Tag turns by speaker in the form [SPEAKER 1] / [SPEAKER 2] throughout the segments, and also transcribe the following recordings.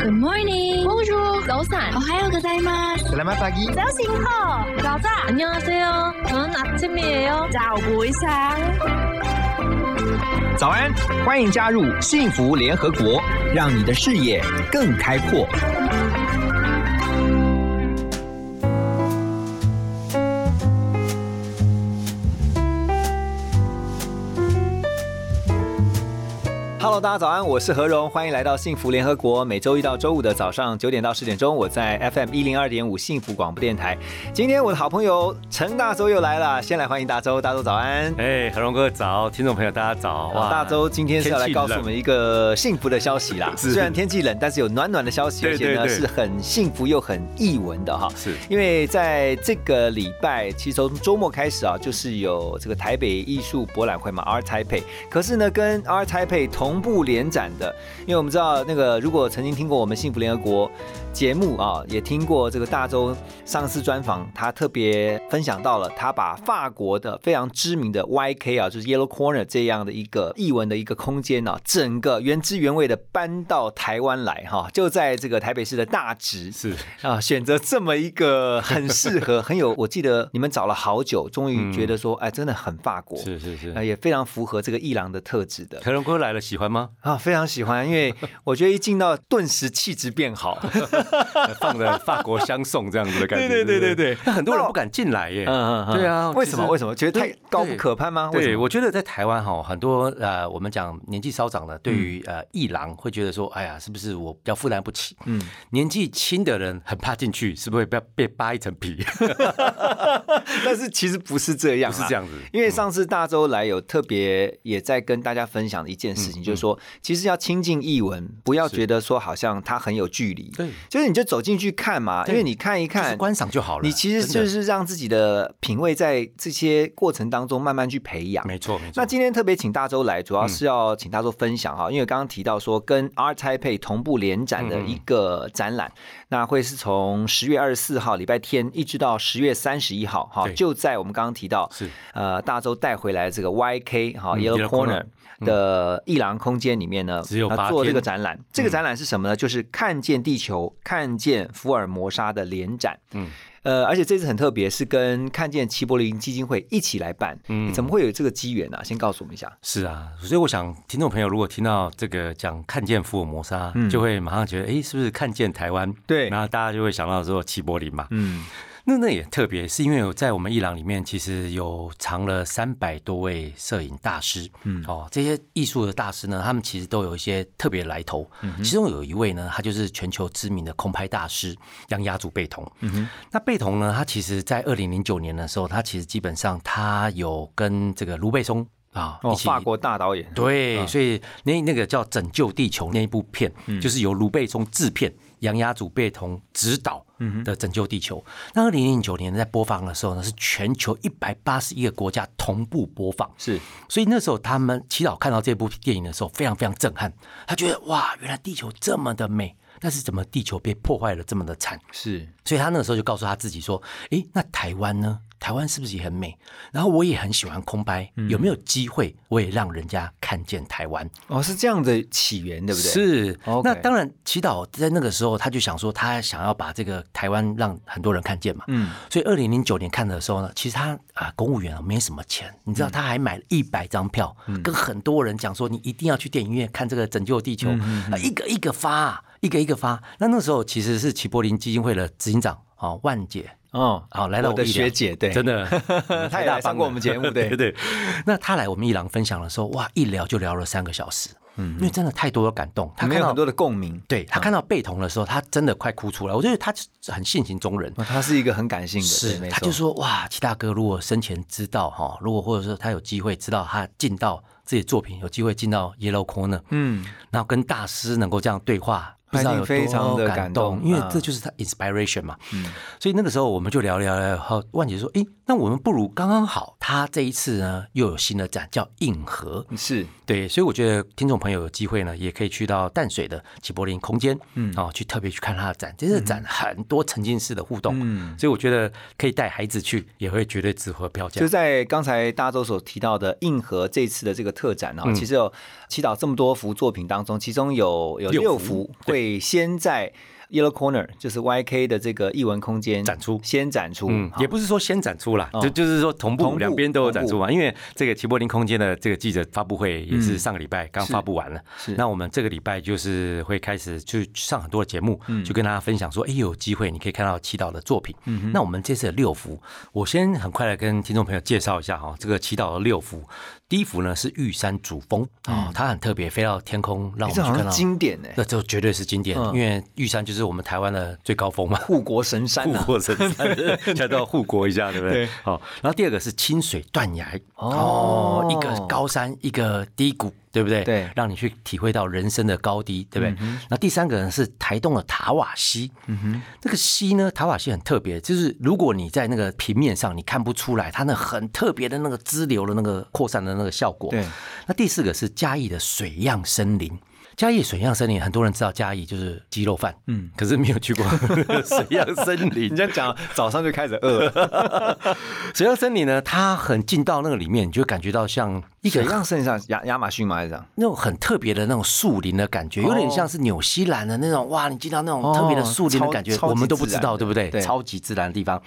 [SPEAKER 1] Good morning，
[SPEAKER 2] 公主，早散，
[SPEAKER 1] 还有个在吗？
[SPEAKER 3] Selamat pagi.
[SPEAKER 2] 早醒后，早早，
[SPEAKER 1] 안녕하세요. 저는 아침이에요.
[SPEAKER 2] 照顾一下。
[SPEAKER 3] 早安，欢迎加入幸福联合国，让你的视野更开阔。Hello，大家早安，我是何荣，欢迎来到幸福联合国。每周一到周五的早上九点到十点钟，我在 FM 一零二点五幸福广播电台。今天我的好朋友陈大周又来了，先来欢迎大周，大周早安。
[SPEAKER 4] 哎，何荣哥早，听众朋友大家早
[SPEAKER 3] 哇，啊大周今天是要来告诉我们一个幸福的消息啦。
[SPEAKER 4] 是
[SPEAKER 3] 虽然天气冷，但是有暖暖的消息，
[SPEAKER 4] 对
[SPEAKER 3] 而且呢
[SPEAKER 4] 对对
[SPEAKER 3] 是很幸福又很意文的哈。
[SPEAKER 4] 是
[SPEAKER 3] 因为在这个礼拜，其实从周末开始啊，就是有这个台北艺术博览会嘛，Art Taipei。可是呢，跟 Art Taipei 同步联展的，因为我们知道那个，如果曾经听过我们幸福联合国节目啊，也听过这个大周上次专访，他特别分享到了，他把法国的非常知名的 YK 啊，就是 Yellow Corner 这样的一个艺文的一个空间啊，整个原汁原味的搬到台湾来哈、就在这个台北市的大直
[SPEAKER 4] 是
[SPEAKER 3] 啊，选择这么一个很适合、很有，我记得你们找了好久，终于觉得说，哎，真的很法国，
[SPEAKER 4] 嗯是是
[SPEAKER 3] 呃
[SPEAKER 4] 是，
[SPEAKER 3] 也非常符合这个伊朗的特质的
[SPEAKER 4] 何荣哥来了，喜欢吗？
[SPEAKER 3] 啊，非常喜欢，因为我觉得一进到，顿时气质变 好。
[SPEAKER 4] 放的法国相送这样子的感 觉，
[SPEAKER 3] 对对对
[SPEAKER 4] 不
[SPEAKER 3] 对对
[SPEAKER 4] 那很多人不敢进来耶。
[SPEAKER 3] 嗯嗯，
[SPEAKER 4] 对啊，
[SPEAKER 3] 为什么？
[SPEAKER 4] 其实
[SPEAKER 3] 为什么？觉得太
[SPEAKER 4] 对
[SPEAKER 3] 高不可攀吗？为什
[SPEAKER 4] 对，
[SPEAKER 3] 么？
[SPEAKER 4] 我觉得在台湾哈，很多呃，我们讲年纪稍长的，对于呃艺廊会觉得说，哎呀，是不是我比较负担不起？
[SPEAKER 3] 嗯
[SPEAKER 4] 嗯，年纪轻的人很怕进去，是不是被被扒一层皮？
[SPEAKER 3] 但是其实 不是这样，啊
[SPEAKER 4] 不是这。 样子，嗯
[SPEAKER 3] 因为上次大周来有特别也在跟大家分享一件事情，就是说，其实要亲近译文，不要
[SPEAKER 4] 嗯是
[SPEAKER 3] 觉得说好像它很有距离，
[SPEAKER 4] 对，
[SPEAKER 3] 就是你就走进去看嘛，
[SPEAKER 4] 对
[SPEAKER 3] 因为你看一
[SPEAKER 4] 就是
[SPEAKER 3] 看，
[SPEAKER 4] 观赏就好了。
[SPEAKER 3] 你其实
[SPEAKER 4] 真
[SPEAKER 3] 就
[SPEAKER 4] 的
[SPEAKER 3] 是让自己的品味在这些过程当中慢慢去培养。
[SPEAKER 4] 没错没错。
[SPEAKER 3] 那今天特别请大周来，主要是要请大周分享
[SPEAKER 4] 嗯
[SPEAKER 3] 哈，因为刚刚提到说跟 Art Taipei 同步联展的一个展
[SPEAKER 4] 嗯
[SPEAKER 3] 览，那会是从十月二十四号礼拜天一直到十月三十一号哈，
[SPEAKER 4] 对
[SPEAKER 3] 就在我们刚刚提到
[SPEAKER 4] 是
[SPEAKER 3] 呃大周带回来这个 YK 哈
[SPEAKER 4] 嗯
[SPEAKER 3] Yellow
[SPEAKER 4] Yellow
[SPEAKER 3] Corner 的艺廊空间里面呢，
[SPEAKER 4] 只有
[SPEAKER 3] 那
[SPEAKER 4] 八嗯
[SPEAKER 3] 做这
[SPEAKER 4] 天
[SPEAKER 3] 个展览，这个展览是什么呢？就是看见地球，看见福尔摩沙的联展，嗯
[SPEAKER 4] 嗯。
[SPEAKER 3] 呃，而且这次很特别，是跟看见齐柏林基金会一起来办。嗯，怎么会有这个机缘呢、啊先告诉我们一下。
[SPEAKER 4] 是啊，所以我想听众朋友如果听到这个讲看见福尔摩沙，就会马上觉得，哎，是不是看见台湾？
[SPEAKER 3] 对
[SPEAKER 4] 然后大家就会想到说齐柏林嘛。
[SPEAKER 3] 嗯，
[SPEAKER 4] 那那也特别，是因为我在我们伊朗里面，其实有藏了三百多位摄影大师。嗯，哦，这些艺术的大师呢，他们其实都有一些特别来头。其中有一位呢，他就是全球知名的空拍大师杨雅祖贝童。嗯哼，那贝童呢，他其实在二零零九年的时候，他其实基本上他有跟这个卢贝松。啊，
[SPEAKER 3] 哦，
[SPEAKER 4] 一起
[SPEAKER 3] 法国大导演，
[SPEAKER 4] 对，所以那那个叫《拯救地球》那一部片，就是由卢贝松制片、杨雅祖贝同执导的《拯救地球》。那二零零九年在播放的时候呢，是全球一百八十一个国家同步播放，
[SPEAKER 3] 是
[SPEAKER 4] 所以那时候他们祈祷看到这部电影的时候，非常非常震撼。他觉得哇，原来地球这么的美，但是怎么地球被破坏了这么的惨？
[SPEAKER 3] 是，
[SPEAKER 4] 所以他那个时候就告诉他自己说：“诶，那台湾呢？台湾是不是也很美？然后我也很喜欢空拍，有没有机会我也让人家看见台湾？
[SPEAKER 3] 哦，是这样的起源，对不对？，
[SPEAKER 4] 是
[SPEAKER 3] OK
[SPEAKER 4] 那当然，祈祷在那个时候他就想说，他想要把这个台湾让很多人看见嘛。
[SPEAKER 3] 嗯，
[SPEAKER 4] 所以二零零九年看的时候呢，其实他啊公务员啊没什么钱，你知道他还买了一百张票，
[SPEAKER 3] 嗯
[SPEAKER 4] 跟很多人讲说你一定要去电影院看这个《拯救地球》
[SPEAKER 3] 嗯
[SPEAKER 4] 啊一个一个发啊，一个一个发。那那时候其实是齐柏林基金会的执行长啊、哦万姐
[SPEAKER 3] 哦，
[SPEAKER 4] 好，来到
[SPEAKER 3] 我的
[SPEAKER 4] 们伊朗
[SPEAKER 3] 学姐，对，，
[SPEAKER 4] 真 的
[SPEAKER 3] 嗯她也来上过我们节目对
[SPEAKER 4] 对对。那她来我们伊朗分享的时候，哇，一聊就聊了三个小时，嗯，因为真的太多的感动，她
[SPEAKER 3] 没
[SPEAKER 4] 看
[SPEAKER 3] 有
[SPEAKER 4] 到
[SPEAKER 3] 很多的嗯共鸣。
[SPEAKER 4] 对她看到贝童的时候，她真的快哭出来。我觉得她很性情中人，
[SPEAKER 3] 哦，他是一个很感性的，对
[SPEAKER 4] 是
[SPEAKER 3] 没，
[SPEAKER 4] 他
[SPEAKER 3] 错，
[SPEAKER 4] 就说哇，齐大哥如果生前知道哈，如果或者说他有机会知道他进到自己的作品有机会进到 Yellow Corner，
[SPEAKER 3] 嗯，
[SPEAKER 4] 然后跟大师能够这样对话，不知道
[SPEAKER 3] 一定
[SPEAKER 4] 有
[SPEAKER 3] 非常
[SPEAKER 4] 多
[SPEAKER 3] 的
[SPEAKER 4] 感
[SPEAKER 3] 感
[SPEAKER 4] 动，
[SPEAKER 3] 动
[SPEAKER 4] 因为
[SPEAKER 3] 嗯
[SPEAKER 4] 这就是他 inspiration 嘛。所以那个时候我们就聊聊聊，然后万姐说：“诶，那我们不如刚刚好，他这一次呢又有新的展叫硬核。”
[SPEAKER 3] 是
[SPEAKER 4] 对，所以我觉得听众朋友有机会呢，也可以去到淡水的齐柏林空间，嗯，哦，去特别去看他的展。这次展很多沉浸式的互动，
[SPEAKER 3] 嗯
[SPEAKER 4] 所以我觉得可以带孩子去，也会绝对值回票价
[SPEAKER 3] 就。在刚才大周所提到的硬核这次的这个特展啊，
[SPEAKER 4] 嗯
[SPEAKER 3] 其实有祈祷这么多幅作品当中，其中有有
[SPEAKER 4] 六
[SPEAKER 3] 六
[SPEAKER 4] 幅
[SPEAKER 3] 幅会先在 Yellow Corner，就是 YK 的这个艺文空间
[SPEAKER 4] 展出
[SPEAKER 3] 先展出，
[SPEAKER 4] 嗯，
[SPEAKER 3] 好
[SPEAKER 4] 也不是说先展出啦，
[SPEAKER 3] 哦
[SPEAKER 4] 就就是说同
[SPEAKER 3] 同
[SPEAKER 4] 步
[SPEAKER 3] 步嗯
[SPEAKER 4] 两边都有展出嘛。因为这个齐柏林空间的这个记者发布会也是上个礼拜刚发布完了，
[SPEAKER 3] 是
[SPEAKER 4] 那我们这个礼拜就是会开始去上很多的节目，
[SPEAKER 3] 嗯
[SPEAKER 4] 就跟大家分享说，哎，有机会你可以看到祈祷的作品。那我们这次有六幅，我先很快的跟听众朋友介绍一下哈，这个祈祷的六幅，第一幅呢是玉山主峰啊，它很特别，飞到天空让
[SPEAKER 3] 嗯
[SPEAKER 4] 我
[SPEAKER 3] 这
[SPEAKER 4] 们去
[SPEAKER 3] 好
[SPEAKER 4] 看
[SPEAKER 3] 像
[SPEAKER 4] 到。
[SPEAKER 3] 经典哎、
[SPEAKER 4] 那这绝对是经典，
[SPEAKER 3] 嗯
[SPEAKER 4] 因为玉山就是我们台湾的最高峰嘛，
[SPEAKER 3] 护国神山啊
[SPEAKER 4] 护，国神山，现在都要护国一下，对不对
[SPEAKER 3] 对？
[SPEAKER 4] 好，然后第二个是清水断崖，
[SPEAKER 3] 哦
[SPEAKER 4] 一个高山，一个低谷，对不对？
[SPEAKER 3] 对嗯
[SPEAKER 4] 让你去体会到人生的高低，对不对？那第三个呢是台东的塔瓦溪，嗯哼，这个溪呢，塔瓦溪很特别，就是如果你在那个平面上你看不出来，它那很特别的那个支流的那个扩散的那个效果，
[SPEAKER 3] 对。
[SPEAKER 4] 那第四个是嘉义的水漾森林。嘉义水漾森林，很多人知道嘉义就是鸡肉饭，嗯，可是没有去过 水漾森林。
[SPEAKER 3] 人家讲早上就开始饿 了，
[SPEAKER 4] 水漾森林呢，它很进到那个里面，你就感觉到像一
[SPEAKER 3] 水
[SPEAKER 4] 个
[SPEAKER 3] 样剩下亚亚马逊吗？还是这样？
[SPEAKER 4] 那种很特别的那种树林的感觉，有点像是纽西兰的那种哇，你进到那种特别的树林的感觉
[SPEAKER 3] 哦哦，超
[SPEAKER 4] 我们都不知道，
[SPEAKER 3] 超级自然的
[SPEAKER 4] 对不对
[SPEAKER 3] 对？
[SPEAKER 4] 超级自然的地方。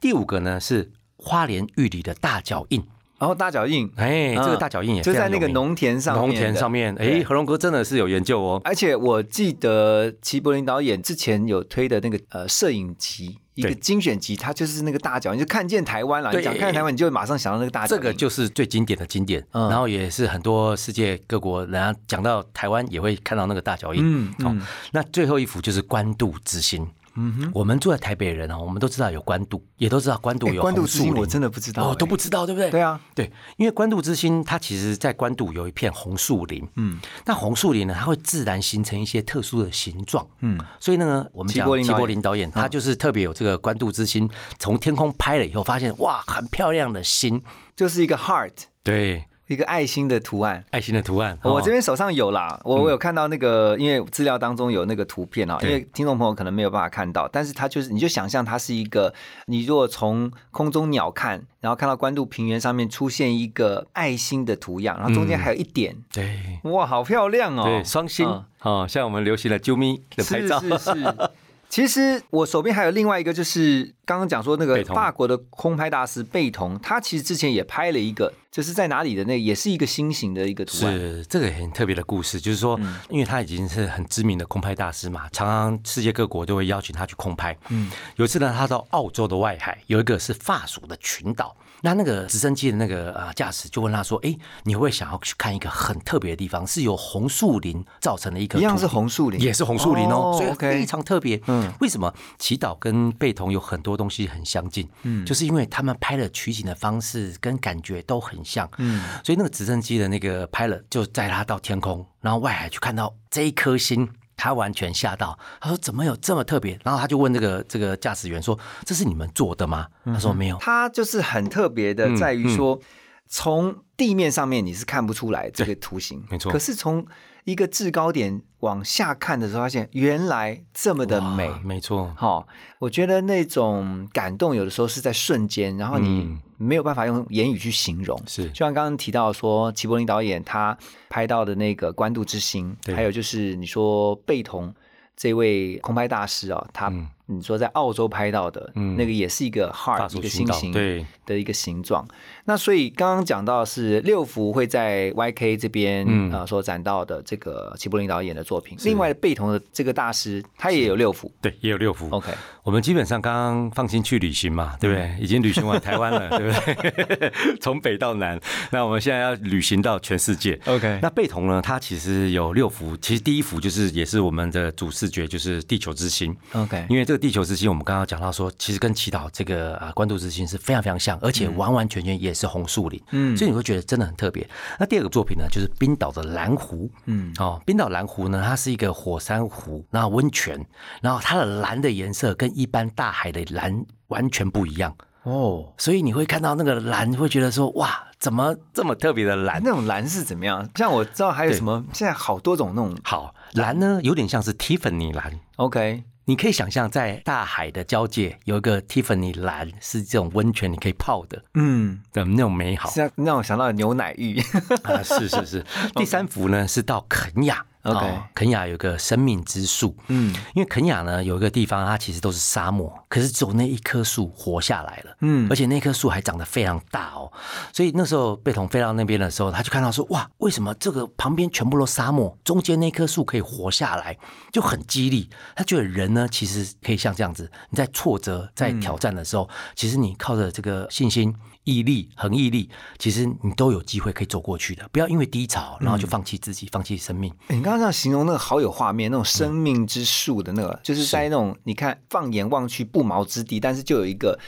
[SPEAKER 4] 第五个呢是花莲玉里的大脚印，
[SPEAKER 3] 然后大脚印，
[SPEAKER 4] 哎，
[SPEAKER 3] 嗯
[SPEAKER 4] 这个大脚印也
[SPEAKER 3] 就
[SPEAKER 4] 非
[SPEAKER 3] 在
[SPEAKER 4] 常有
[SPEAKER 3] 那个
[SPEAKER 4] 名
[SPEAKER 3] 农田上面的，
[SPEAKER 4] 农田上面，哎，
[SPEAKER 3] 对
[SPEAKER 4] 何龙哥真的是有研究哦。
[SPEAKER 3] 而且我记得齐柏林导演之前有推的那个呃摄影集，一个
[SPEAKER 4] 对
[SPEAKER 3] 精选集，它就是那个大脚，你就看见台湾了。
[SPEAKER 4] 对
[SPEAKER 3] 你讲看见台湾，你就马上想到那个大脚
[SPEAKER 4] 这
[SPEAKER 3] 印。
[SPEAKER 4] 个就是最经典的经典，
[SPEAKER 3] 嗯
[SPEAKER 4] 然后也是很多世界各国人家讲到台湾也会看到那个大脚印。
[SPEAKER 3] 嗯
[SPEAKER 4] 好、那最后一幅就是官渡之心。嗯哼，我们住在台北人啊，我们都知道有官渡，也都知道官渡
[SPEAKER 3] 哎
[SPEAKER 4] 有
[SPEAKER 3] 官渡
[SPEAKER 4] 红
[SPEAKER 3] 之
[SPEAKER 4] 树
[SPEAKER 3] 心
[SPEAKER 4] 林，
[SPEAKER 3] 我真的不知道
[SPEAKER 4] 哦，
[SPEAKER 3] 哎
[SPEAKER 4] 都不知道，对不对？
[SPEAKER 3] 对啊，
[SPEAKER 4] 对，因为官渡之心，它其实在官渡有一片红树林，嗯，那红树林呢，它会自然形成一些特殊的形状，嗯，所以呢，我们
[SPEAKER 3] 齐
[SPEAKER 4] 讲
[SPEAKER 3] 柏林
[SPEAKER 4] 齐
[SPEAKER 3] 导演
[SPEAKER 4] 柏
[SPEAKER 3] 嗯
[SPEAKER 4] 林导演，他就是特别有这个官渡之心，从天空拍了以后，发现哇，很漂亮的心，
[SPEAKER 3] 就是一个 heart，
[SPEAKER 4] 对，
[SPEAKER 3] 一个爱心的图案。
[SPEAKER 4] 爱心的图案。
[SPEAKER 3] 哦我这
[SPEAKER 4] 边
[SPEAKER 3] 边手上有啦，我我有看到那个，因为资料当中有那个图片啊，因
[SPEAKER 4] 嗯对
[SPEAKER 3] 为听众朋友可能没有办法看到，但是它就是，你就想象它是一个，你如果从空中鸟看，然后看到关渡平原上面出现一个爱心的图样，然后中间还有一点，
[SPEAKER 4] 对
[SPEAKER 3] 哇，好漂亮哦，
[SPEAKER 4] 嗯对双星
[SPEAKER 3] 嗯
[SPEAKER 4] 哦，像我们流行的啾咪的拍照，
[SPEAKER 3] 是是是。 其实我手边还有另外一个，就是刚刚讲说那个
[SPEAKER 4] 贝童
[SPEAKER 3] 法国的空拍大师贝童，他其实之前也拍了一个，就是在哪里的那个也是一嗯个心形的一个图案。
[SPEAKER 4] 是这个很特别的故事，就是说，因为他已经是很知名的空拍大师嘛，常常世界各国都会邀请他去空拍。嗯，有一次呢，他到澳洲的外海，有一个是法属的群岛。那那个直升机的那个呃驾驶就问他说：“哎、你会不会想要去看一个很特别的地方？是由红树林造成的一个
[SPEAKER 3] 一样
[SPEAKER 4] 土
[SPEAKER 3] 是
[SPEAKER 4] 地
[SPEAKER 3] 红树林
[SPEAKER 4] 也是红树林哦，
[SPEAKER 3] 哦
[SPEAKER 4] 所以
[SPEAKER 3] OK
[SPEAKER 4] 非常特别。
[SPEAKER 3] 嗯
[SPEAKER 4] 嗯，为什么祈祷跟贝童有很多东西很相近？嗯，就是因为他们拍的取景的方式跟感觉都很像。嗯，所以那个直升机的那个 pilot 就载他到天空，然后外海去看到这一颗星。他完全吓到，他说怎么有这么特别？然后他就问这个这个驾驶员说：“这是你们做的吗？”他说没有。
[SPEAKER 3] 它就是很特别的，
[SPEAKER 4] 嗯
[SPEAKER 3] 在于说从地面上面你是看不出来这个图形，
[SPEAKER 4] 没错
[SPEAKER 3] 可是从一个制高点往下看的时候，发现原来这么的美
[SPEAKER 4] 哇。没错，
[SPEAKER 3] 好、我觉得那种感动有的时候是在瞬间，然后你
[SPEAKER 4] 嗯
[SPEAKER 3] 没有办法用言语去形容。
[SPEAKER 4] 是
[SPEAKER 3] 就像刚刚提到说，齐柏林导演他拍到的那个《关渡之星》，
[SPEAKER 4] 对
[SPEAKER 3] 还有就是你说贝童这位空拍大师哦，他、
[SPEAKER 4] 嗯
[SPEAKER 3] 你说在澳洲拍到的、
[SPEAKER 4] 嗯
[SPEAKER 3] 那个也是一个 heart 一个
[SPEAKER 4] 群
[SPEAKER 3] 心
[SPEAKER 4] 岛
[SPEAKER 3] 形
[SPEAKER 4] 对，
[SPEAKER 3] 的一个形状。那所以刚刚讲到是六福会在 YK 这边
[SPEAKER 4] 嗯
[SPEAKER 3] 呃所展到的这个齐柏林导演的作品，另外贝童的这个大师他也有六幅。
[SPEAKER 4] 对，也有六幅。
[SPEAKER 3] OK，
[SPEAKER 4] 我们基本上刚刚放心去旅行嘛，对不
[SPEAKER 3] 嗯
[SPEAKER 4] 对？已经旅行完台湾了， 对不对？ 从北到南，那我们现在要旅行到全世界。
[SPEAKER 3] OK
[SPEAKER 4] 那贝童呢？它其实有六幅，其实第一幅就是也是我们的主视觉，就是地球之心。
[SPEAKER 3] OK，
[SPEAKER 4] 因为这地球之心，我们刚刚讲到说，其实跟祈祷这个啊关渡之心是非常非常像，而且完完全全也是红树林，
[SPEAKER 3] 嗯
[SPEAKER 4] 嗯，所以你会觉得真的很特别。那第二个作品呢，就是冰岛的蓝湖，
[SPEAKER 3] 嗯
[SPEAKER 4] 嗯，哦，冰岛蓝湖呢，它是一个火山湖，然后温泉，然后它的蓝的颜色跟一般大海的蓝完全不一样，
[SPEAKER 3] 哦，
[SPEAKER 4] 所以你会看到那个蓝，会觉得说哇，怎么这么特别的蓝？
[SPEAKER 3] 啊那种蓝是怎么样？像我知道还有什么，现在好多种那种。
[SPEAKER 4] 好，蓝呢有点像是 Tiffany 蓝，
[SPEAKER 3] OK，
[SPEAKER 4] 你可以想象，在大海的交界有一个 Tiffany 蓝，是这种温泉你可以泡的
[SPEAKER 3] 嗯，
[SPEAKER 4] 的那种美好
[SPEAKER 3] 是啊，让我想到牛奶浴。
[SPEAKER 4] 啊！是 是是。第三幅呢是到肯雅
[SPEAKER 3] OK
[SPEAKER 4] 肯雅有个生命之树，
[SPEAKER 3] 嗯
[SPEAKER 4] 因为肯雅呢有一个地方它其实都是沙漠，可是只有那一棵树活下来了。
[SPEAKER 3] 嗯
[SPEAKER 4] 而且那棵树还长得非常大哦，所以那时候贝童飞到那边的时候，他就看到说，哇，为什么这个旁边全部都沙漠，中间那棵树可以活下来，就很激励。他觉得人呢，其实可以像这样子，你在挫折、在挑战的时候，
[SPEAKER 3] 嗯
[SPEAKER 4] 其实你靠着这个信心、毅力、恒毅力，其实你都有机会可以走过去的。不要因为低潮，然后就放弃自己，放弃生命。
[SPEAKER 3] 欸 你刚刚这样形容那个好有画面，那种
[SPEAKER 4] 嗯
[SPEAKER 3] 生命之树的那个，就是在那种你看放眼望去不毛之地，但是就有一个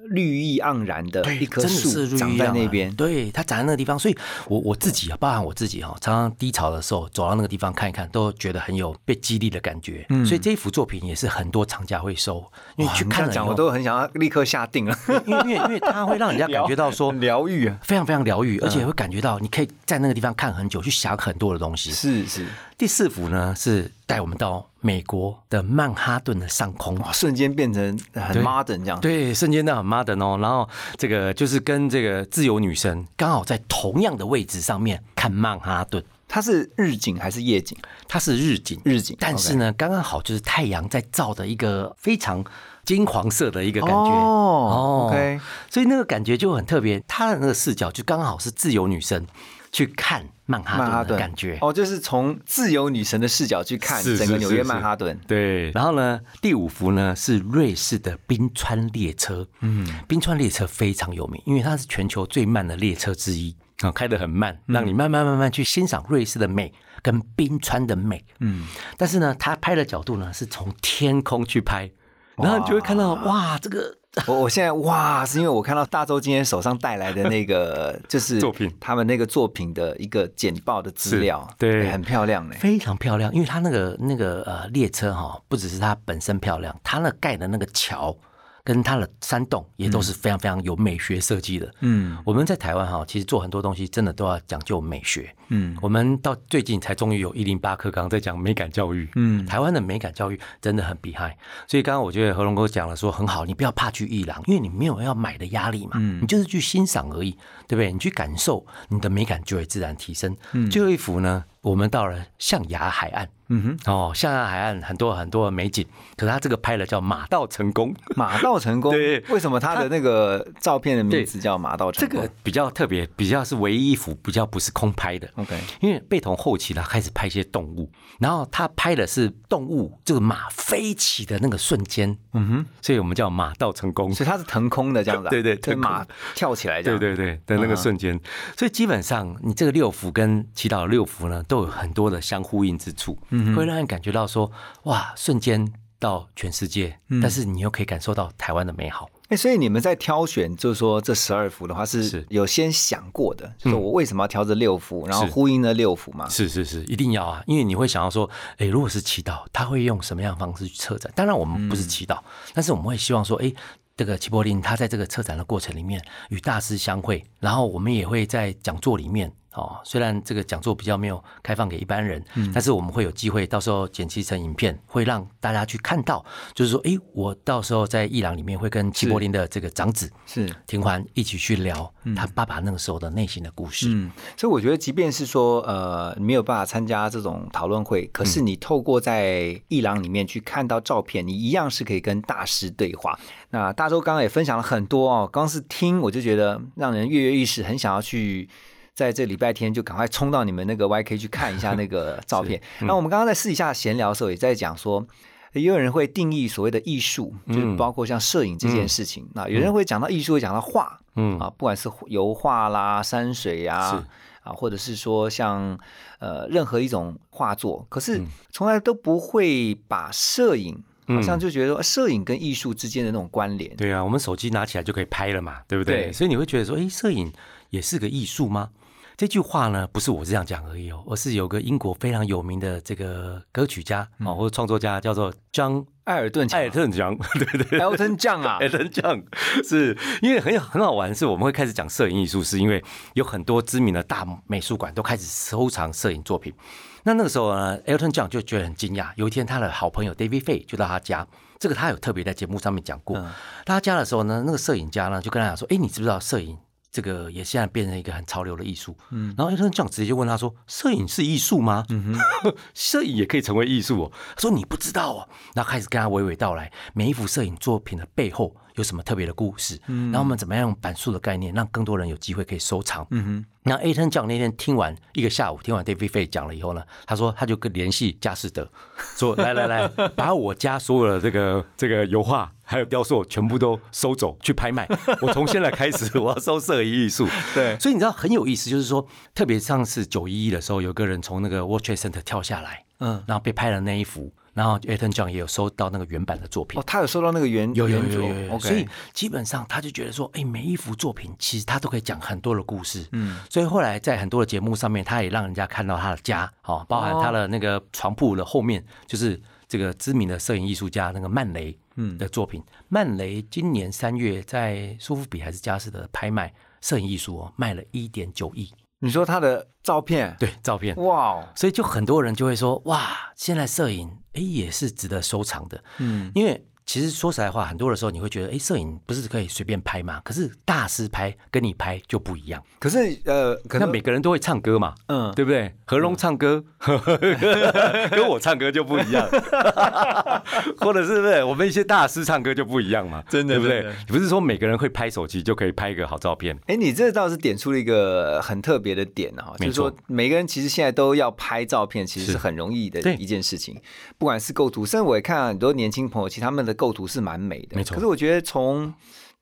[SPEAKER 3] 绿意盎然的一棵
[SPEAKER 4] 真的是
[SPEAKER 3] 树
[SPEAKER 4] 绿
[SPEAKER 3] 长
[SPEAKER 4] 意
[SPEAKER 3] 在
[SPEAKER 4] 盎
[SPEAKER 3] 那
[SPEAKER 4] 然
[SPEAKER 3] 边。
[SPEAKER 4] 对，它长在那个地方，所以我我自己啊，包含我自己哈、常常低潮的时候走到那个地方看一看，都觉得很有被激励的感觉。所以这一幅作品也是很多藏家会收，因
[SPEAKER 3] 嗯
[SPEAKER 4] 为
[SPEAKER 3] 哇
[SPEAKER 4] 去
[SPEAKER 3] 你
[SPEAKER 4] 看
[SPEAKER 3] 这样
[SPEAKER 4] 了以
[SPEAKER 3] 讲，
[SPEAKER 4] 后
[SPEAKER 3] 我都很想要立刻下定 了。
[SPEAKER 4] 因为因为因为它会让人家感觉到 说
[SPEAKER 3] 很疗愈啊，
[SPEAKER 4] 非常非常疗愈，而且会感觉到你可以在那个地方看很久，去想很多的东西。
[SPEAKER 3] 是是，
[SPEAKER 4] 第四幅呢是带我们到美国的曼哈顿的上空。
[SPEAKER 3] 哇，瞬间变成很
[SPEAKER 4] 对
[SPEAKER 3] modern 这样。
[SPEAKER 4] 对，瞬间到很 modern 哦。然后这个就是跟这个自由女神刚好在同样的位置上面看曼哈顿，
[SPEAKER 3] 它是日景还是夜景？
[SPEAKER 4] 它是日景，
[SPEAKER 3] 日景
[SPEAKER 4] 但是呢，刚刚好就是太阳在照的一个非常金黄色的一个感觉。
[SPEAKER 3] 哦，OK，
[SPEAKER 4] 所以那个感觉就很特别，她的那个视角就刚好是自由女神去看曼
[SPEAKER 3] 曼
[SPEAKER 4] 哈
[SPEAKER 3] 哈
[SPEAKER 4] 顿的
[SPEAKER 3] 顿
[SPEAKER 4] 感觉。
[SPEAKER 3] 哦，就是从自由女神的视角去看
[SPEAKER 4] 是
[SPEAKER 3] 整个
[SPEAKER 4] 是
[SPEAKER 3] 纽约
[SPEAKER 4] 是
[SPEAKER 3] 曼
[SPEAKER 4] 是
[SPEAKER 3] 哈顿。
[SPEAKER 4] 对，然后呢，第五幅呢是瑞士的冰川列车。嗯，冰川列车非常有名，因为它是全球最慢的列车之一啊，开得很慢，让你慢慢慢慢去欣赏瑞士的美跟冰川的美。嗯，但是呢，它拍的角度呢是从天空去拍，然后你就会看到哇，这个
[SPEAKER 3] 我我现在哇，是因为我看到大周今天手上带来的那 个就是
[SPEAKER 4] 作品
[SPEAKER 3] 他们那个作品的一个简报的资料，
[SPEAKER 4] 是对
[SPEAKER 3] 哎很漂亮嘞。
[SPEAKER 4] 非常漂亮，因为它那个那个呃列车哈、不只是它本身漂亮，它那盖的那个桥跟它的山洞也都是非常非常有美学设计的。
[SPEAKER 3] 嗯
[SPEAKER 4] 我们在台湾哈、其实做很多东西真的都要讲究美学。
[SPEAKER 3] 嗯
[SPEAKER 4] 我们到最近才终于有一零八课纲在讲美感教育，
[SPEAKER 3] 嗯
[SPEAKER 4] 台湾的美感教育真的很厉害。所以刚刚我觉得何龙哥讲了说很好，你不要怕去伊朗，因为你没有要买的压力嘛，你就是去欣赏而已，对不对？你去感受，你的美感就会自然提升。最后一幅呢，我们到了象牙海岸。
[SPEAKER 3] 嗯哼，
[SPEAKER 4] 哦，象牙海岸很多很多的美景，可是它这个拍了叫马到成功，
[SPEAKER 3] 马到成功，
[SPEAKER 4] 对
[SPEAKER 3] 为什么他的那个照片的名字叫马到
[SPEAKER 4] 这
[SPEAKER 3] 成功？
[SPEAKER 4] 个比较特别，比较是唯一一幅比较不是空拍的。
[SPEAKER 3] OK，
[SPEAKER 4] 因为贝童后期呢开始拍一些动物，然后他拍的是动物这个马飞起的那个瞬间，嗯哼，所以我们叫马到成功。
[SPEAKER 3] 所以它是腾空的这样子啊、
[SPEAKER 4] 对对
[SPEAKER 3] 就是
[SPEAKER 4] 腾空
[SPEAKER 3] 马跳起来这
[SPEAKER 4] 对
[SPEAKER 3] 样，
[SPEAKER 4] 对对的那个瞬间，所以基本上你这个六幅跟祈祷的六幅呢，都有很多的相呼应之处，会让人感觉到说，哇，瞬间到全世界，但是你又可以感受到台湾的美好。
[SPEAKER 3] 哎，所以你们在挑选，就是说这十二幅的话，是
[SPEAKER 4] 是嗯
[SPEAKER 3] 有先想过的，就是我为什么要挑这六幅，然后
[SPEAKER 4] 是
[SPEAKER 3] 呼应那六幅嘛？
[SPEAKER 4] 是是是，一定要啊，因为你会想要说，诶，如果是祈祷，他会用什么样的方式去策展？当然，我们不是祈祷，但是我们会希望说，诶，这个齐柏林他在这个策展的过程里面与大师相会，然后我们也会在讲座里面。哦，虽然这个讲座比较没有开放给一般人，但是我们会有机会，到时候剪辑成影片，会让大家去看到，就是说，诶，我到时候在伊朗里面会跟齐柏林的这个长子
[SPEAKER 3] 是
[SPEAKER 4] 廷环一起去聊他爸爸那个时候的内心的故事。
[SPEAKER 3] 嗯，所以我觉得，即便是说呃没有办法参加这种讨论会，可是你透过在伊朗里面去看到照片，你一样是可以跟大师对话。那大周刚刚也分享了很多哦，光是听我就觉得让人跃跃欲试，很想要去。在这礼拜天就赶快冲到你们那个 YK 去看一下那个照片。那我们刚刚在私底下闲聊的时候，也在讲说，也有人会定义所谓的艺术，就是包括像摄影这件事情。那有人会讲到艺术，会讲到画，
[SPEAKER 4] 嗯
[SPEAKER 3] 啊，不管是油画啦、山水呀、啊
[SPEAKER 4] 是，
[SPEAKER 3] 或者是说像
[SPEAKER 4] 嗯
[SPEAKER 3] 呃任何一种画作，可是从来都不会把摄影好像就觉得说摄影跟艺术之间的那种关联。
[SPEAKER 4] 嗯对啊，我们手机拿起来就可以拍了嘛，对不对？
[SPEAKER 3] 对
[SPEAKER 4] 所以你会觉得说，诶，摄影也是个艺术吗？这句话呢，不是我这样讲而已哦，而是有个英国非常有名的这个歌曲家哦，或者创作家叫做 John
[SPEAKER 3] 艾尔顿强啊
[SPEAKER 4] 艾尔顿 John，对对对
[SPEAKER 3] Elton John 啊
[SPEAKER 4] 艾，伦酱是因为很很好玩，是我们会开始讲摄影艺术，是因为有很多知名的大美术馆都开始收藏摄影作品。那那个时候呢，Elton John 就觉得很惊讶。有一天，他的好朋友 David Fay 就到他家，这个他有特别在节目上面讲过。到他家的时候呢，那个摄影家呢就跟他讲说：“哎，你知不知道摄影这个也现在变成一个很潮流的艺术？”嗯，然后 Elton John 直接就问他说：“摄影是艺术吗？”嗯 摄影也可以成为艺术哦。他说：“你不知道哦。”然后开始跟他娓娓道来每一幅摄影作品的背后有什么特别的故事，嗯，然后我们怎么样用板书的概念，让更多人有机会可以收藏。嗯 哼。那 A t o n 讲那天听完一个下午，听完 David f a 讲了以后呢，他说他就跟联系佳士得，说来来来，把我家所有的这个这个油画还有雕塑全部都收走去拍卖，我从现在开始我要收摄影艺术。
[SPEAKER 3] 对
[SPEAKER 4] 所以你知道很有意思，就是说，特别上次九一一的时候，有个人从那个 World Trade Center 跳下来，
[SPEAKER 3] 嗯
[SPEAKER 4] 嗯，然后被拍了那一幅，然后 Elton John 也有收到那个原版的作品
[SPEAKER 3] 哦，。他有收到那个原
[SPEAKER 4] 有有
[SPEAKER 3] 原
[SPEAKER 4] 有
[SPEAKER 3] 作
[SPEAKER 4] 有有，
[SPEAKER 3] ，OK，
[SPEAKER 4] 所以基本上他就觉得说，哎，每一幅作品其实他都可以讲很多的故事，嗯，所以后来在很多的节目上面，他也让人家看到他的家，哦，包含他的那个床铺的后面，就是这个知名的摄影艺术家那个曼雷，嗯的作品。曼雷今年三月在苏富比还是佳士得拍卖摄影艺术哦，卖了一点九亿，
[SPEAKER 3] 你说他的照片，
[SPEAKER 4] 对，照片，
[SPEAKER 3] 哇哦，
[SPEAKER 4] 所以就很多人就会说，哇，现在摄影哎也是值得收藏的，嗯，因为其实说实在话，很多的时候你会觉得，哎，摄影不是可以随便拍吗？可是大师拍跟你拍就不一样，
[SPEAKER 3] 可是呃，可
[SPEAKER 4] 那
[SPEAKER 3] 能
[SPEAKER 4] 每个人都会唱歌嘛，
[SPEAKER 3] 嗯
[SPEAKER 4] 对不对？何龙唱歌、 跟我唱歌就不一样， 或者是不是我们一些大师唱歌就不一样嘛？
[SPEAKER 3] 真的
[SPEAKER 4] 对不
[SPEAKER 3] 真
[SPEAKER 4] 对
[SPEAKER 3] 的？
[SPEAKER 4] 不是说每个人会拍手机就可以拍一个好照片。
[SPEAKER 3] 哎，你这倒是点出了一个很特别的点哈、就
[SPEAKER 4] 没
[SPEAKER 3] 是
[SPEAKER 4] 错
[SPEAKER 3] 说每个人其实现在都要拍照片，其实是
[SPEAKER 4] 是
[SPEAKER 3] 很容易的
[SPEAKER 4] 对
[SPEAKER 3] 一件事情。不管是构图，甚至我也看很多年轻朋友，其实他们的构图是蛮美的。
[SPEAKER 4] 没错
[SPEAKER 3] 可是我觉得从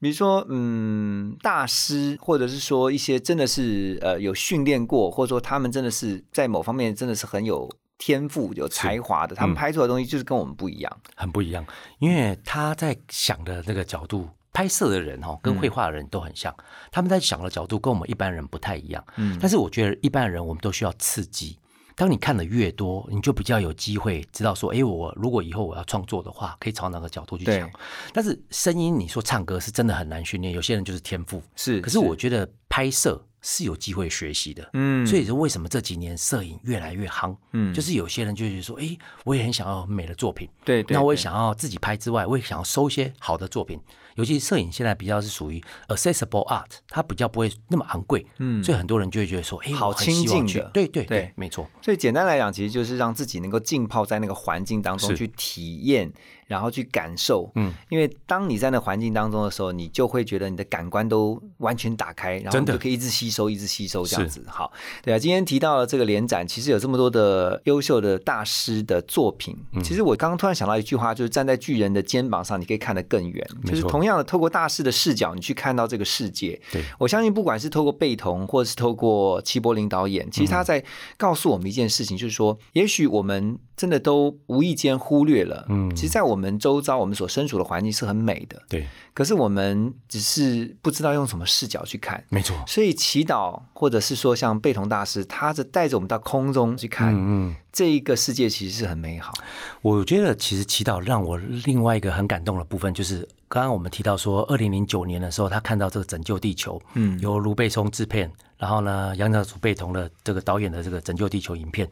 [SPEAKER 3] 比如说，嗯，大师，或者是说一些真的是呃有训练过，或者说他们真的是在某方面真的是很有天赋、有才华的，他们
[SPEAKER 4] 嗯
[SPEAKER 3] 拍出来的东西就是跟我们不一样。
[SPEAKER 4] 很不一样，因为他在想的那个角度，拍摄的人哦，
[SPEAKER 3] 嗯
[SPEAKER 4] 跟绘画的人都很像，他们在想的角度跟我们一般人不太一样。嗯，但是我觉得一般人我们都需要刺激。当你看的越多，你就比较有机会知道说，诶，我如果以后我要创作的话，可以朝哪个角度去想
[SPEAKER 3] 对。
[SPEAKER 4] 但是声音，你说唱歌是真的很难训练，有些人就是天赋。
[SPEAKER 3] 是
[SPEAKER 4] 可是我觉得拍摄是有机会学习的。
[SPEAKER 3] 嗯
[SPEAKER 4] 所以说为什么这几年摄影越来越夯？
[SPEAKER 3] 嗯
[SPEAKER 4] 就是有些人就觉得说，诶，我也很想要很美的作品，
[SPEAKER 3] 对对
[SPEAKER 4] 那我也
[SPEAKER 3] 对
[SPEAKER 4] 想要自己拍之外，我也想要收一些好的作品。尤其摄影现在比较是属于 accessible art，它比较不会那么昂贵，嗯，所以很多人就会觉得说，哎、
[SPEAKER 3] 好
[SPEAKER 4] 我很希望
[SPEAKER 3] 亲近
[SPEAKER 4] 去
[SPEAKER 3] 的
[SPEAKER 4] 对对对，
[SPEAKER 3] 对
[SPEAKER 4] 没错，
[SPEAKER 3] 所以简单来讲，其实就是让自己能够浸泡在那个环境当中
[SPEAKER 4] 是
[SPEAKER 3] 去体验，然后去感受。
[SPEAKER 4] 嗯，
[SPEAKER 3] 因为当你在那环境当中的时候，你就会觉得你的感官都完全打开，然后
[SPEAKER 4] 真
[SPEAKER 3] 你
[SPEAKER 4] 的
[SPEAKER 3] 就可以一直吸收，一直吸收这样子。好，对啊，今天提到了这个联展，其实有这么多的优秀的大师的作品。
[SPEAKER 4] 嗯
[SPEAKER 3] 其实我刚刚突然想到一句话，就是站在巨人的肩膀上，你可以看得更远。
[SPEAKER 4] 没错
[SPEAKER 3] 就是同样的，透过大师的视角，你去看到这个世界。
[SPEAKER 4] 对
[SPEAKER 3] 我相信，不管是透过贝童，或者是透过齐柏林导
[SPEAKER 4] 嗯
[SPEAKER 3] 演，其实他在告诉我们一件事情，就是说，也许我们真的都无意间忽略了，
[SPEAKER 4] 嗯
[SPEAKER 3] 其实，在我们周遭，我们所身处的环境是很美的，
[SPEAKER 4] 对，
[SPEAKER 3] 可是我们只是不知道用什么视角去看。
[SPEAKER 4] 没错，
[SPEAKER 3] 所以祈祷，或者是说像贝童大师，他是带着我们到空中去看、
[SPEAKER 4] 嗯嗯。
[SPEAKER 3] 这一个世界，其实是很美好。
[SPEAKER 4] 我觉得其实祈祷让我另外一个很感动的部分，就是刚刚我们提到说，二零零九年的时候，他看到这个《拯救地球》，
[SPEAKER 3] 嗯
[SPEAKER 4] 由卢贝松制片，然后呢，杨教主贝同的这个导演的这个《拯救地球》影片。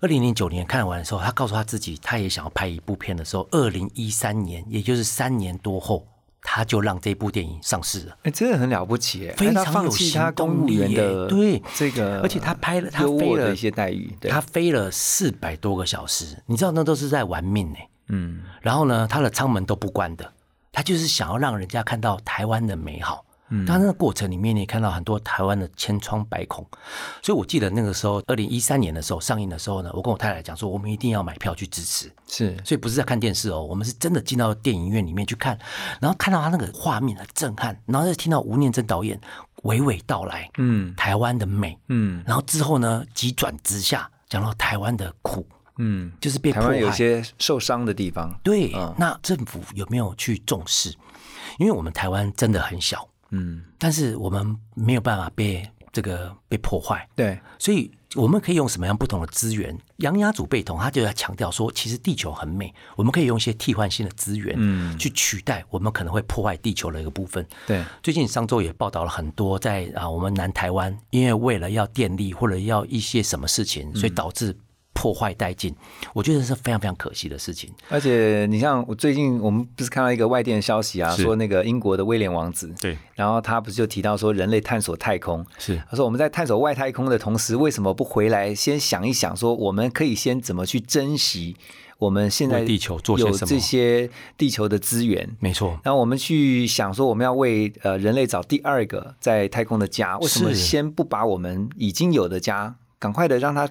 [SPEAKER 4] 二零零九年看完的时候，他告诉他自己，他也想要拍一部片的时候，二零一三年，也就是三年多后，他就让这部电影上市了。
[SPEAKER 3] 哎、真的很了不起耶！
[SPEAKER 4] 非常
[SPEAKER 3] 他放
[SPEAKER 4] 有
[SPEAKER 3] 弃
[SPEAKER 4] 行
[SPEAKER 3] 他公
[SPEAKER 4] 动
[SPEAKER 3] 务
[SPEAKER 4] 力
[SPEAKER 3] 员
[SPEAKER 4] 耶
[SPEAKER 3] 的
[SPEAKER 4] 对
[SPEAKER 3] 这个，
[SPEAKER 4] 而且他拍了他
[SPEAKER 3] 优渥
[SPEAKER 4] 飞
[SPEAKER 3] 的
[SPEAKER 4] 了
[SPEAKER 3] 一些待遇，对
[SPEAKER 4] 他飞了四百多个小时，你知道那都是在玩命呢、
[SPEAKER 3] 嗯，
[SPEAKER 4] 然后呢，他的舱门都不关的，他就是想要让人家看到台湾的美好。
[SPEAKER 3] 嗯
[SPEAKER 4] 当然，那个过程里面，你也看到很多台湾的千疮百孔，所以我记得那个时候，二零一三年的时候上映的时候呢，我跟我太太讲说，我们一定要买票去支持。
[SPEAKER 3] 是
[SPEAKER 4] 所以不是在看电视哦，我们是真的进到电影院里面去看，然后看到他那个画面的震撼，然后再听到吴念真导演娓娓道来，
[SPEAKER 3] 嗯
[SPEAKER 4] 台湾的美，
[SPEAKER 3] 嗯
[SPEAKER 4] 然后之后呢，急转直下，讲到台湾的苦，
[SPEAKER 3] 嗯，
[SPEAKER 4] 就是被
[SPEAKER 3] 台
[SPEAKER 4] 迫害。
[SPEAKER 3] 湾有些受伤的地方，
[SPEAKER 4] 对，
[SPEAKER 3] 嗯
[SPEAKER 4] 那政府有没有去重视？因为我们台湾真的很小，
[SPEAKER 3] 嗯，
[SPEAKER 4] 但是我们没有办法被这个被破坏，
[SPEAKER 3] 对，
[SPEAKER 4] 所以我们可以用什么样不同的资源？杨雅祖贝桶他就在强调说，其实地球很美，我们可以用一些替换性的资源，
[SPEAKER 3] 嗯
[SPEAKER 4] 去取代我们可能会破坏地球的一个部分。
[SPEAKER 3] 对，
[SPEAKER 4] 最近上周也报道了很多在啊，我们南台湾因为为了要电力或者要一些什么事情，所以导致破坏殆尽，我觉得是非常非常可惜的事情。
[SPEAKER 3] 而且你像我最近我们不是看到一个外电消息啊，
[SPEAKER 4] 是
[SPEAKER 3] 说那个英国的威廉王子，
[SPEAKER 4] 对，
[SPEAKER 3] 然后他不是就提到说人类探索太空，
[SPEAKER 4] 是
[SPEAKER 3] 他说我们在探索外太空的同时，为什么不回来先想一想，说我们可以先怎么去珍惜我们现在
[SPEAKER 4] 为地球做些
[SPEAKER 3] 有
[SPEAKER 4] 什么
[SPEAKER 3] 这些地球的资源？
[SPEAKER 4] 没错，
[SPEAKER 3] 然后我们去想说，我们要为呃人类找第二个在太空的家，为什么
[SPEAKER 4] 是
[SPEAKER 3] 先不把我们已经有的家赶快的让它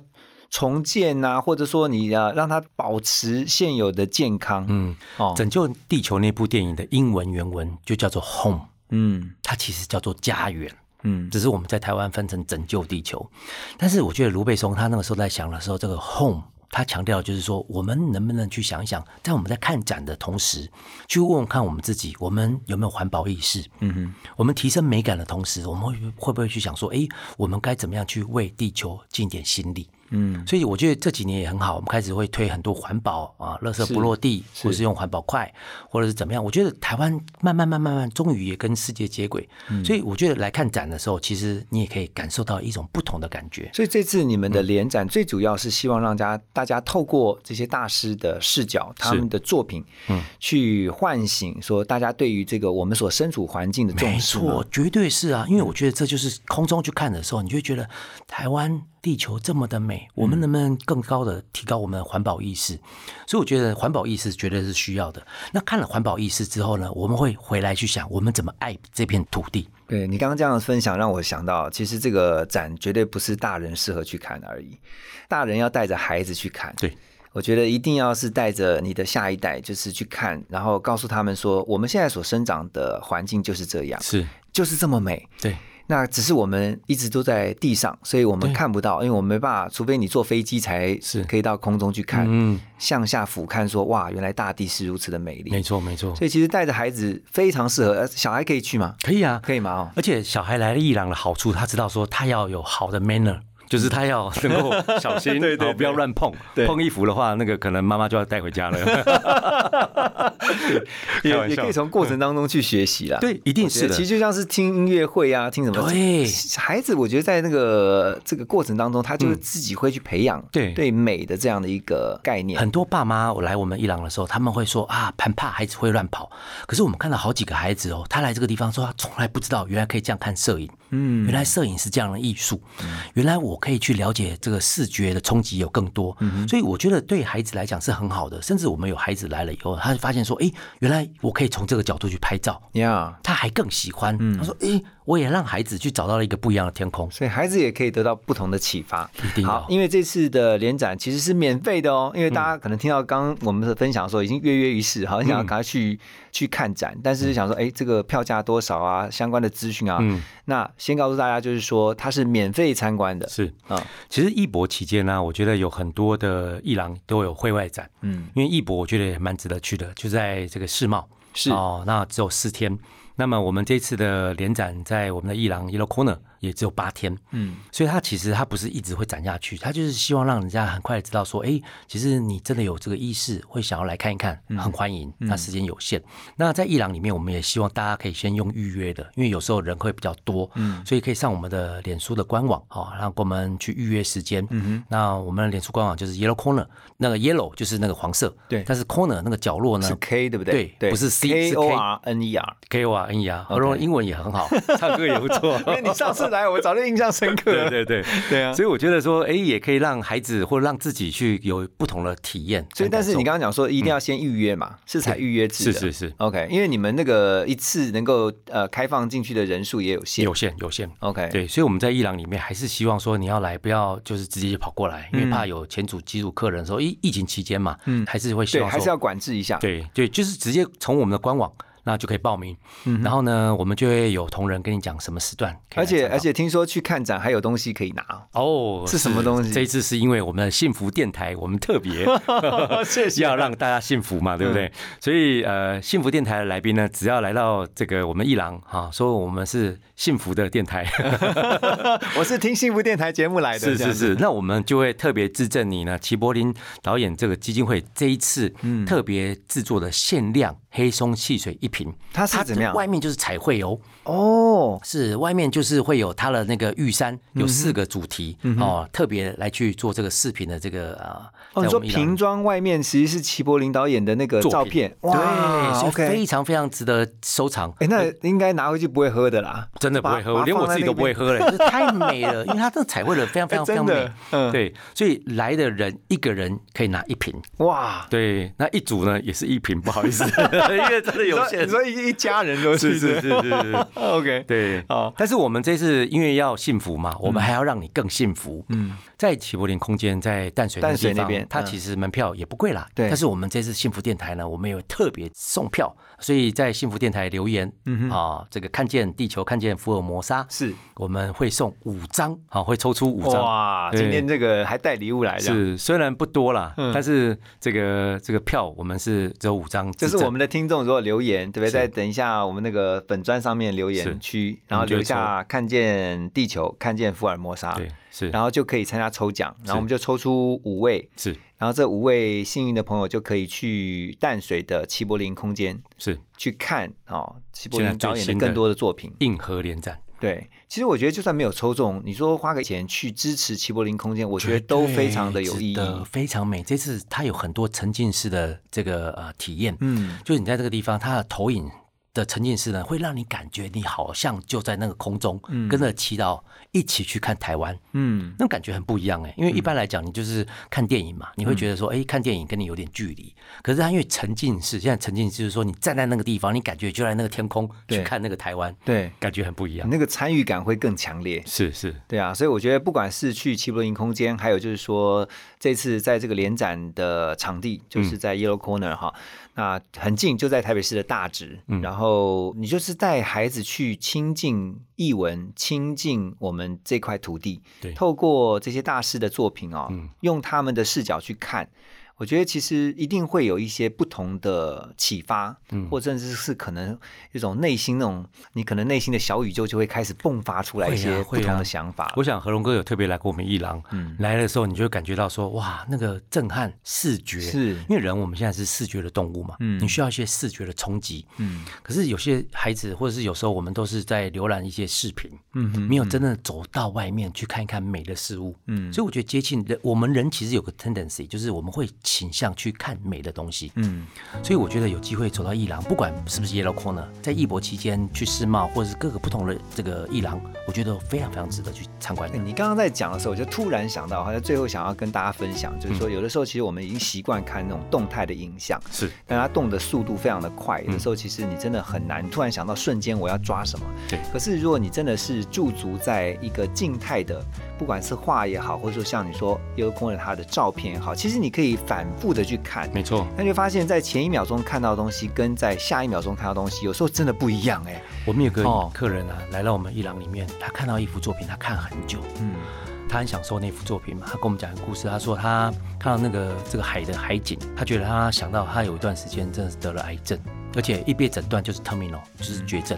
[SPEAKER 3] 重建呐、或者说你啊让它保持现有的健康？
[SPEAKER 4] 嗯，
[SPEAKER 3] 哦，
[SPEAKER 4] 《拯救地球》那部电影的英文原文就叫做 “home”，
[SPEAKER 3] 嗯
[SPEAKER 4] 它其实叫做家园。
[SPEAKER 3] 嗯
[SPEAKER 4] 只是我们在台湾分成拯救地球。但是我觉得卢贝松他那个时候在想的时候，这个 home 他强调的就是说，我们能不能去想一想，在我们在看展的同时，去问问看我们自己，我们有没有环保意识？
[SPEAKER 3] 嗯哼
[SPEAKER 4] 我们提升美感的同时，我们会会不会去想说，诶，我们该怎么样去为地球尽点心力？
[SPEAKER 3] 嗯
[SPEAKER 4] 所以我觉得这几年也很好，我们开始会推很多环保啊，垃圾不落地，
[SPEAKER 3] 是
[SPEAKER 4] 或是用环保筷，或者是怎么样。我觉得台湾慢慢慢慢慢，终于也跟世界接轨。所以我觉得来看展的时候，其实你也可以感受到一种不同的感觉。
[SPEAKER 3] 所以这次你们的联展最主要是希望让大家大家透过这些大师的视角，他们的作品，嗯，去唤醒说大家对于这个我们所身处环境的重
[SPEAKER 4] 没
[SPEAKER 3] 视嘛。
[SPEAKER 4] 错，绝对是啊，因为我觉得这就是空中去看的时候，你就会觉得台湾地球这么的美，我们能不能更高的提高我们的环保意识？所以我觉得环保意识绝对是需要的。那看了环保意识之后呢，我们会回来去想，我们怎么爱这片土地。
[SPEAKER 3] 对你刚刚这样的分享，让我想到，其实这个展绝对不是大人适合去看而已，大人要带着孩子去看。
[SPEAKER 4] 对，
[SPEAKER 3] 我觉得一定要是带着你的下一代，就是去看，然后告诉他们说，我们现在所生长的环境就是这样，
[SPEAKER 4] 是
[SPEAKER 3] 就是这么美。
[SPEAKER 4] 对。
[SPEAKER 3] 那只是我们一直都在地上，所以我们
[SPEAKER 4] 对
[SPEAKER 3] 看不到，因为我们没办法，除非你坐飞机才
[SPEAKER 4] 是
[SPEAKER 3] 可以到空中去看，
[SPEAKER 4] 嗯
[SPEAKER 3] 向下俯瞰说，哇，原来大地是如此的美
[SPEAKER 4] 没
[SPEAKER 3] 丽。
[SPEAKER 4] 错，没错，
[SPEAKER 3] 所以其实带着孩子非常适合，呃小孩可以去吗？
[SPEAKER 4] 可以啊，
[SPEAKER 3] 可以吗？哦，
[SPEAKER 4] 而且小孩来了伊朗的好处，他知道说他要有好的 manner。就是他要能够小 心，
[SPEAKER 3] 对对
[SPEAKER 4] 哦不要乱碰。
[SPEAKER 3] 对
[SPEAKER 4] 碰衣服的话，那个可能妈妈就要带回家了。开
[SPEAKER 3] 也
[SPEAKER 4] 玩
[SPEAKER 3] 也
[SPEAKER 4] 笑嗯
[SPEAKER 3] 可以从过程当中去学习啦。
[SPEAKER 4] 对，一定是
[SPEAKER 3] 我觉得
[SPEAKER 4] 的
[SPEAKER 3] 其。实就像是听音乐会啊，听什么？
[SPEAKER 4] 对
[SPEAKER 3] 孩子，我觉得在那个这个过程当中，他就自己会去培养
[SPEAKER 4] 嗯对
[SPEAKER 3] 对美的这样的一个概念。
[SPEAKER 4] 很多爸妈我来我们伊朗的时候，他们会说啊，很怕孩子会乱跑。可是我们看到好几个孩子哦，他来这个地方说，他从来不知道原来可以这样看摄影。
[SPEAKER 3] 嗯
[SPEAKER 4] 原来摄影是这样的艺术，原来我可以去了解这个视觉的冲击有更多，
[SPEAKER 3] 嗯
[SPEAKER 4] 所以我觉得对孩子来讲是很好的。甚至我们有孩子来了以后，他就发现说，诶，原来我可以从这个角度去拍照，
[SPEAKER 3] 呀
[SPEAKER 4] 他还更喜欢。
[SPEAKER 3] 嗯
[SPEAKER 4] 他说，诶，我也让孩子去找到了一个不一样的天空。
[SPEAKER 3] 所以孩子也可以得到不同的启发。
[SPEAKER 4] 一定
[SPEAKER 3] 好
[SPEAKER 4] 要，
[SPEAKER 3] 因为这次的联展其实是免费的哦，因为大家可能听到刚刚我们的分享的时候，已经跃跃欲试，
[SPEAKER 4] 嗯
[SPEAKER 3] 好像想要赶快去、去看展，但是想说，哎，这个票价多少啊？相关的资讯啊，
[SPEAKER 4] 嗯
[SPEAKER 3] 那先告诉大家，就是说它是免费参观的
[SPEAKER 4] 是，
[SPEAKER 3] 啊，
[SPEAKER 4] 其实艺博期间呢、啊我觉得有很多的艺廊都有会外展，
[SPEAKER 3] 嗯，
[SPEAKER 4] 因为艺博我觉得也蛮值得去的，就在这个世贸。
[SPEAKER 3] 是
[SPEAKER 4] 哦，那只有四天。那么我们这次的联展在我们的艺廊 Yellow Corner 也只有八天，
[SPEAKER 3] 嗯，
[SPEAKER 4] 所以它其实它不是一直会展下去，它就是希望让人家很快地知道说，哎，其实你真的有这个意识，会想要来看一看，很欢迎。那时间有限，那在艺廊里面，我们也希望大家可以先用预约的，因为有时候人会比较多，嗯，所以可以上我们的脸书的官网哦，然后跟我们去预约时间。嗯哼，那我们的脸书官网就是 Yellow Corner，那个 Yellow 就是那个黄色，
[SPEAKER 3] 对
[SPEAKER 4] 但是 Corner 那个角落呢
[SPEAKER 3] 是 K 对不对？
[SPEAKER 4] 对不是 C，
[SPEAKER 3] K
[SPEAKER 4] 是 K
[SPEAKER 3] O R N E R。
[SPEAKER 4] K O R N E R，我认为英文也很好， 唱歌也不错。
[SPEAKER 3] 因为你上次来，我早就印象深刻了。
[SPEAKER 4] 对对对
[SPEAKER 3] 哦对啊
[SPEAKER 4] 所以我觉得说，哎，也可以让孩子或让自己去有不同的体验。
[SPEAKER 3] 所以，但是你
[SPEAKER 4] 跟感
[SPEAKER 3] 刚刚讲说一定要先预约嘛，是才预约制
[SPEAKER 4] 受
[SPEAKER 3] 的。
[SPEAKER 4] 嗯是是是
[SPEAKER 3] OK，因为你们那个一次能够呃开放进去的人数也有限。
[SPEAKER 4] 有限有限。
[SPEAKER 3] OK，，
[SPEAKER 4] 对，所以我们在伊朗里面还是希望说你要来，不要就是直接就跑过来，
[SPEAKER 3] 嗯
[SPEAKER 4] 因为怕有前组机组客人的时候，疫疫情期间嘛，还是会希
[SPEAKER 3] 对，
[SPEAKER 4] 望
[SPEAKER 3] 还
[SPEAKER 4] 说
[SPEAKER 3] 是要管制一下。
[SPEAKER 4] 对对，就是直接从我们的官网那就可以报名。然后呢，我们就会有同仁跟你讲什么时段可
[SPEAKER 3] 嗯而
[SPEAKER 4] 以来
[SPEAKER 3] 且
[SPEAKER 4] 参考
[SPEAKER 3] 而且听说去看展还有东西可以拿
[SPEAKER 4] 哦，
[SPEAKER 3] 是什么东西
[SPEAKER 4] 这一次是因为我们的幸福电台，我们 特别
[SPEAKER 3] 哦，谢
[SPEAKER 4] 要让大家幸福
[SPEAKER 3] 嗯
[SPEAKER 4] 嘛，对不对？所以呃，幸福电台的来宾呢，只要来到这个我们伊朗哈，说我们是幸福的 电台，
[SPEAKER 3] 我是听幸福电台节目来的，
[SPEAKER 4] 是
[SPEAKER 3] 这
[SPEAKER 4] 是
[SPEAKER 3] 样子
[SPEAKER 4] 是，，那我们就会特别致赠你呢，齐柏林导演这个基金会这一次
[SPEAKER 3] 嗯
[SPEAKER 4] 特别制作的限量黑松汽水一瓶，
[SPEAKER 3] 它是怎么样
[SPEAKER 4] 外面就是彩绘哦，
[SPEAKER 3] 哦，
[SPEAKER 4] 是外面就是会有它的那个玉
[SPEAKER 3] 嗯
[SPEAKER 4] 山，有四个主题、哦，特别来去做这个视频的这个啊，
[SPEAKER 3] 哦，你
[SPEAKER 4] 在
[SPEAKER 3] 说
[SPEAKER 4] 我们伊朗
[SPEAKER 3] 瓶装外面其实是齐柏林导演的那个
[SPEAKER 4] 作
[SPEAKER 3] 照片，
[SPEAKER 4] 对，所以
[SPEAKER 3] OK
[SPEAKER 4] 非常非常值得收藏。
[SPEAKER 3] 哎、那应该拿回去不会喝的啦，
[SPEAKER 4] 真的不会喝，
[SPEAKER 3] 把
[SPEAKER 4] 我连我自己都不会。喝了， 这太美了，因为它真的彩绘的非常非常
[SPEAKER 3] 哎
[SPEAKER 4] 非常
[SPEAKER 3] 真的
[SPEAKER 4] 美。
[SPEAKER 3] 嗯
[SPEAKER 4] 对，所以来的人一个人可以拿一瓶，
[SPEAKER 3] 放在那边哇，
[SPEAKER 4] 对，那一组呢也是一瓶，不好 意思，因为真的有限。
[SPEAKER 3] 所以一家人都是
[SPEAKER 4] 是是是是是，
[SPEAKER 3] OK，
[SPEAKER 4] 对
[SPEAKER 3] 哦嗯
[SPEAKER 4] 但是我们这次因为要幸福嘛，我们还要让你更幸福。嗯，在起柏林空间，在淡水
[SPEAKER 3] 淡水
[SPEAKER 4] 地方
[SPEAKER 3] 那边
[SPEAKER 4] 它
[SPEAKER 3] 嗯
[SPEAKER 4] 其实门票也不贵啦。
[SPEAKER 3] 对
[SPEAKER 4] 但是我们这次幸福电台呢，我们有特别送票，所以在幸福电台留言，嗯啊，这个看见地球，看见福尔摩沙，
[SPEAKER 3] 是
[SPEAKER 4] 我们会送五张，啊，会抽出五张。
[SPEAKER 3] 哇，
[SPEAKER 4] 对
[SPEAKER 3] 今天这个还带礼物来的，
[SPEAKER 4] 是，虽然不多啦，
[SPEAKER 3] 嗯
[SPEAKER 4] 但是这个这个票我们是只有五张制
[SPEAKER 3] 这
[SPEAKER 4] 赠，
[SPEAKER 3] 是我们的听众如果留言，对不对？
[SPEAKER 4] 是
[SPEAKER 3] 在等一下我们那个本专上面留言区，然后留下看见地球，看见福尔摩沙，
[SPEAKER 4] 对是，
[SPEAKER 3] 然后就可以参加抽奖，然后我们就抽出五位。
[SPEAKER 4] 是
[SPEAKER 3] 然后这五位幸运的朋友就可以去淡水的齐柏林空间
[SPEAKER 4] 是
[SPEAKER 3] 去看哦，齐柏
[SPEAKER 4] 现
[SPEAKER 3] 林
[SPEAKER 4] 在最
[SPEAKER 3] 导演的
[SPEAKER 4] 新的
[SPEAKER 3] 更多的作品。
[SPEAKER 4] 硬核连战。
[SPEAKER 3] 对，其实我觉得就算没有抽中，你说花个钱去支持齐柏林空间，我觉得都非常的有意义
[SPEAKER 4] 对。值得非常美。这次它有很多沉浸式的这个呃体验，
[SPEAKER 3] 嗯，
[SPEAKER 4] 就是你在这个地方，它的投影的沉浸式呢，会让你感觉你好像就在那个空中，跟着祈祷一起去看台湾，
[SPEAKER 3] 嗯，
[SPEAKER 4] 那种感觉很不一样哎。因为一般来讲，你就是看电影嘛，你会觉得说，哎，看电影跟你有点距离。可是它因为沉浸式，现在沉浸式就是说，你站在那个地方，你感觉就在那个天空
[SPEAKER 3] 对
[SPEAKER 4] 去看那个台湾，
[SPEAKER 3] 对，
[SPEAKER 4] 感觉很不一样
[SPEAKER 3] 你。那个参与感会更强烈。
[SPEAKER 4] 是是，
[SPEAKER 3] 对啊，所以我觉得不管是去齐柏林空间，还有就是说这次在这个联展的场地，
[SPEAKER 4] 嗯
[SPEAKER 3] 就是在 Yellow Corner 哈，那很近，就在台北市的大直。
[SPEAKER 4] 嗯
[SPEAKER 3] 然后你就是带孩子去亲近艺文，亲近我们这块土地，
[SPEAKER 4] 对
[SPEAKER 3] 透过这些大师的作品哦，
[SPEAKER 4] 嗯
[SPEAKER 3] 用他们的视角去看。我觉得其实一定会有一些不同的启发，
[SPEAKER 4] 嗯
[SPEAKER 3] 或甚至是可能一种内心那种，你可能内心的小宇宙就会开始迸发出来一
[SPEAKER 4] 会
[SPEAKER 3] 些
[SPEAKER 4] 啊
[SPEAKER 3] 不
[SPEAKER 4] 会啊
[SPEAKER 3] 同的想法。
[SPEAKER 4] 我想何龙哥有特别来过我们艺廊，
[SPEAKER 3] 嗯
[SPEAKER 4] 来的时候你就会感觉到说，哇，那个震撼视觉，
[SPEAKER 3] 是
[SPEAKER 4] 因为人我们现在是视觉的动物嘛，
[SPEAKER 3] 嗯
[SPEAKER 4] 你需要一些视觉的冲击。
[SPEAKER 3] 嗯
[SPEAKER 4] 可是有些孩子，或者是有时候我们都是在浏览一些视频，
[SPEAKER 3] 嗯哼
[SPEAKER 4] 没有真的走到外面去看一看美的事物。
[SPEAKER 3] 嗯
[SPEAKER 4] 所以我觉得接近人，我们人其实有个 tendency，就是我们会倾向去看美的东西。
[SPEAKER 3] 嗯，
[SPEAKER 4] 所以我觉得有机会走到伊朗，不管是不是 Yellow Corner，在艺博期间去世贸或者是各个不同的这个伊朗，我觉得非常非常值得去参观的
[SPEAKER 3] 哎。你刚刚在讲的时候，我就突然想到，好像最后想要跟大家分享，就是
[SPEAKER 4] 嗯
[SPEAKER 3] 说，有的时候其实我们已经习惯看那种动态的影像，
[SPEAKER 4] 是
[SPEAKER 3] 但它动的速度非常的快，
[SPEAKER 4] 嗯
[SPEAKER 3] 有的时候其实你真的很难突然想到瞬间我要抓什么。
[SPEAKER 4] 对
[SPEAKER 3] 可是如果你真的是驻足在一个静态的，不管是画也好，或者说像你说有空了它的照片也好，其实你可以反复的去看。
[SPEAKER 4] 没错，
[SPEAKER 3] 那就发现，在前一秒钟看到的东西，跟在下一秒钟看到的东西，有时候真的不一样哎、
[SPEAKER 4] 我们有个
[SPEAKER 3] 哦
[SPEAKER 4] 客人啊，来到我们伊朗里面，他看到一幅作品，他看很久，
[SPEAKER 3] 嗯，
[SPEAKER 4] 他很享受那幅作品嘛。他跟我们讲一个故事，他说他看到那个这个海的海景，他觉得他想到他有一段时间真的是得了癌症，而且一被诊断就是 terminal，就是绝症。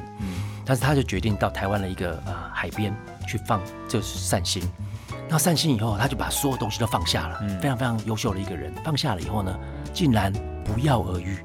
[SPEAKER 4] 但是他就决定到台湾的一个呃海边去放，就是散心。那散心以后，他就把所有东西都放下了，非常非常优秀的一个人。放下了以后呢，竟然不药而愈。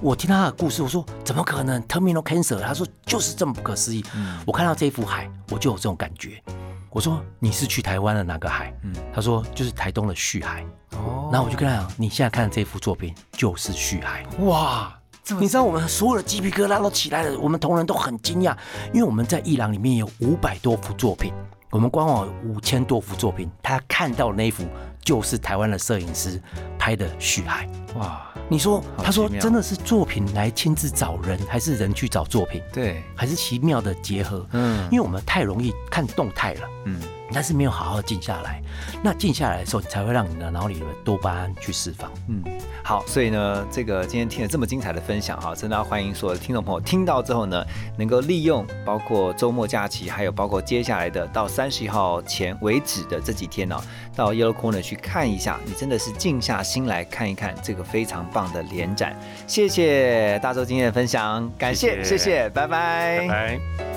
[SPEAKER 4] 我听他的故事，我说怎么可能？terminal cancer，他说就是这么不可思议。我看到这幅海，我就有这种感觉。我说你是去台湾的哪个海？
[SPEAKER 3] 嗯
[SPEAKER 4] 他说就是台东的旭海。
[SPEAKER 3] 哦
[SPEAKER 4] 然后我就跟他讲，你现在看的这幅作品就是旭海。
[SPEAKER 3] 哇，
[SPEAKER 4] 你知道我们所有的鸡皮疙瘩都起来了，我们同仁都很惊讶，因为我们在艺廊里面有五百多幅作品，我们官网有五千多幅作品，他看到那一幅就是台湾的摄影师拍的旭海。
[SPEAKER 3] 哇，
[SPEAKER 4] 你说，
[SPEAKER 3] 好
[SPEAKER 4] 他说
[SPEAKER 3] 奇妙
[SPEAKER 4] 真的是作品来亲自找人，还是人去找作品，
[SPEAKER 3] 对，
[SPEAKER 4] 还是奇妙的结合？
[SPEAKER 3] 嗯
[SPEAKER 4] 因为我们太容易看动态了，
[SPEAKER 3] 嗯，
[SPEAKER 4] 但是没有好好静下来。那静下来的时候，你才会让你的脑里的多巴胺去释放。
[SPEAKER 3] 嗯，好，所以呢，这个今天听了这么精彩的分享哈，真的要欢迎所有的听众朋友听到之后呢，能够利用包括周末假期，还有包括接下来的到三十号前为止的这几天呢、到 Yellow Corner 去看一下，你真的是静下心来看一看这个非常棒的联展。谢谢大周今天的分享，感谢，
[SPEAKER 4] 谢
[SPEAKER 3] 谢
[SPEAKER 4] 谢
[SPEAKER 3] 谢，拜拜
[SPEAKER 4] 拜。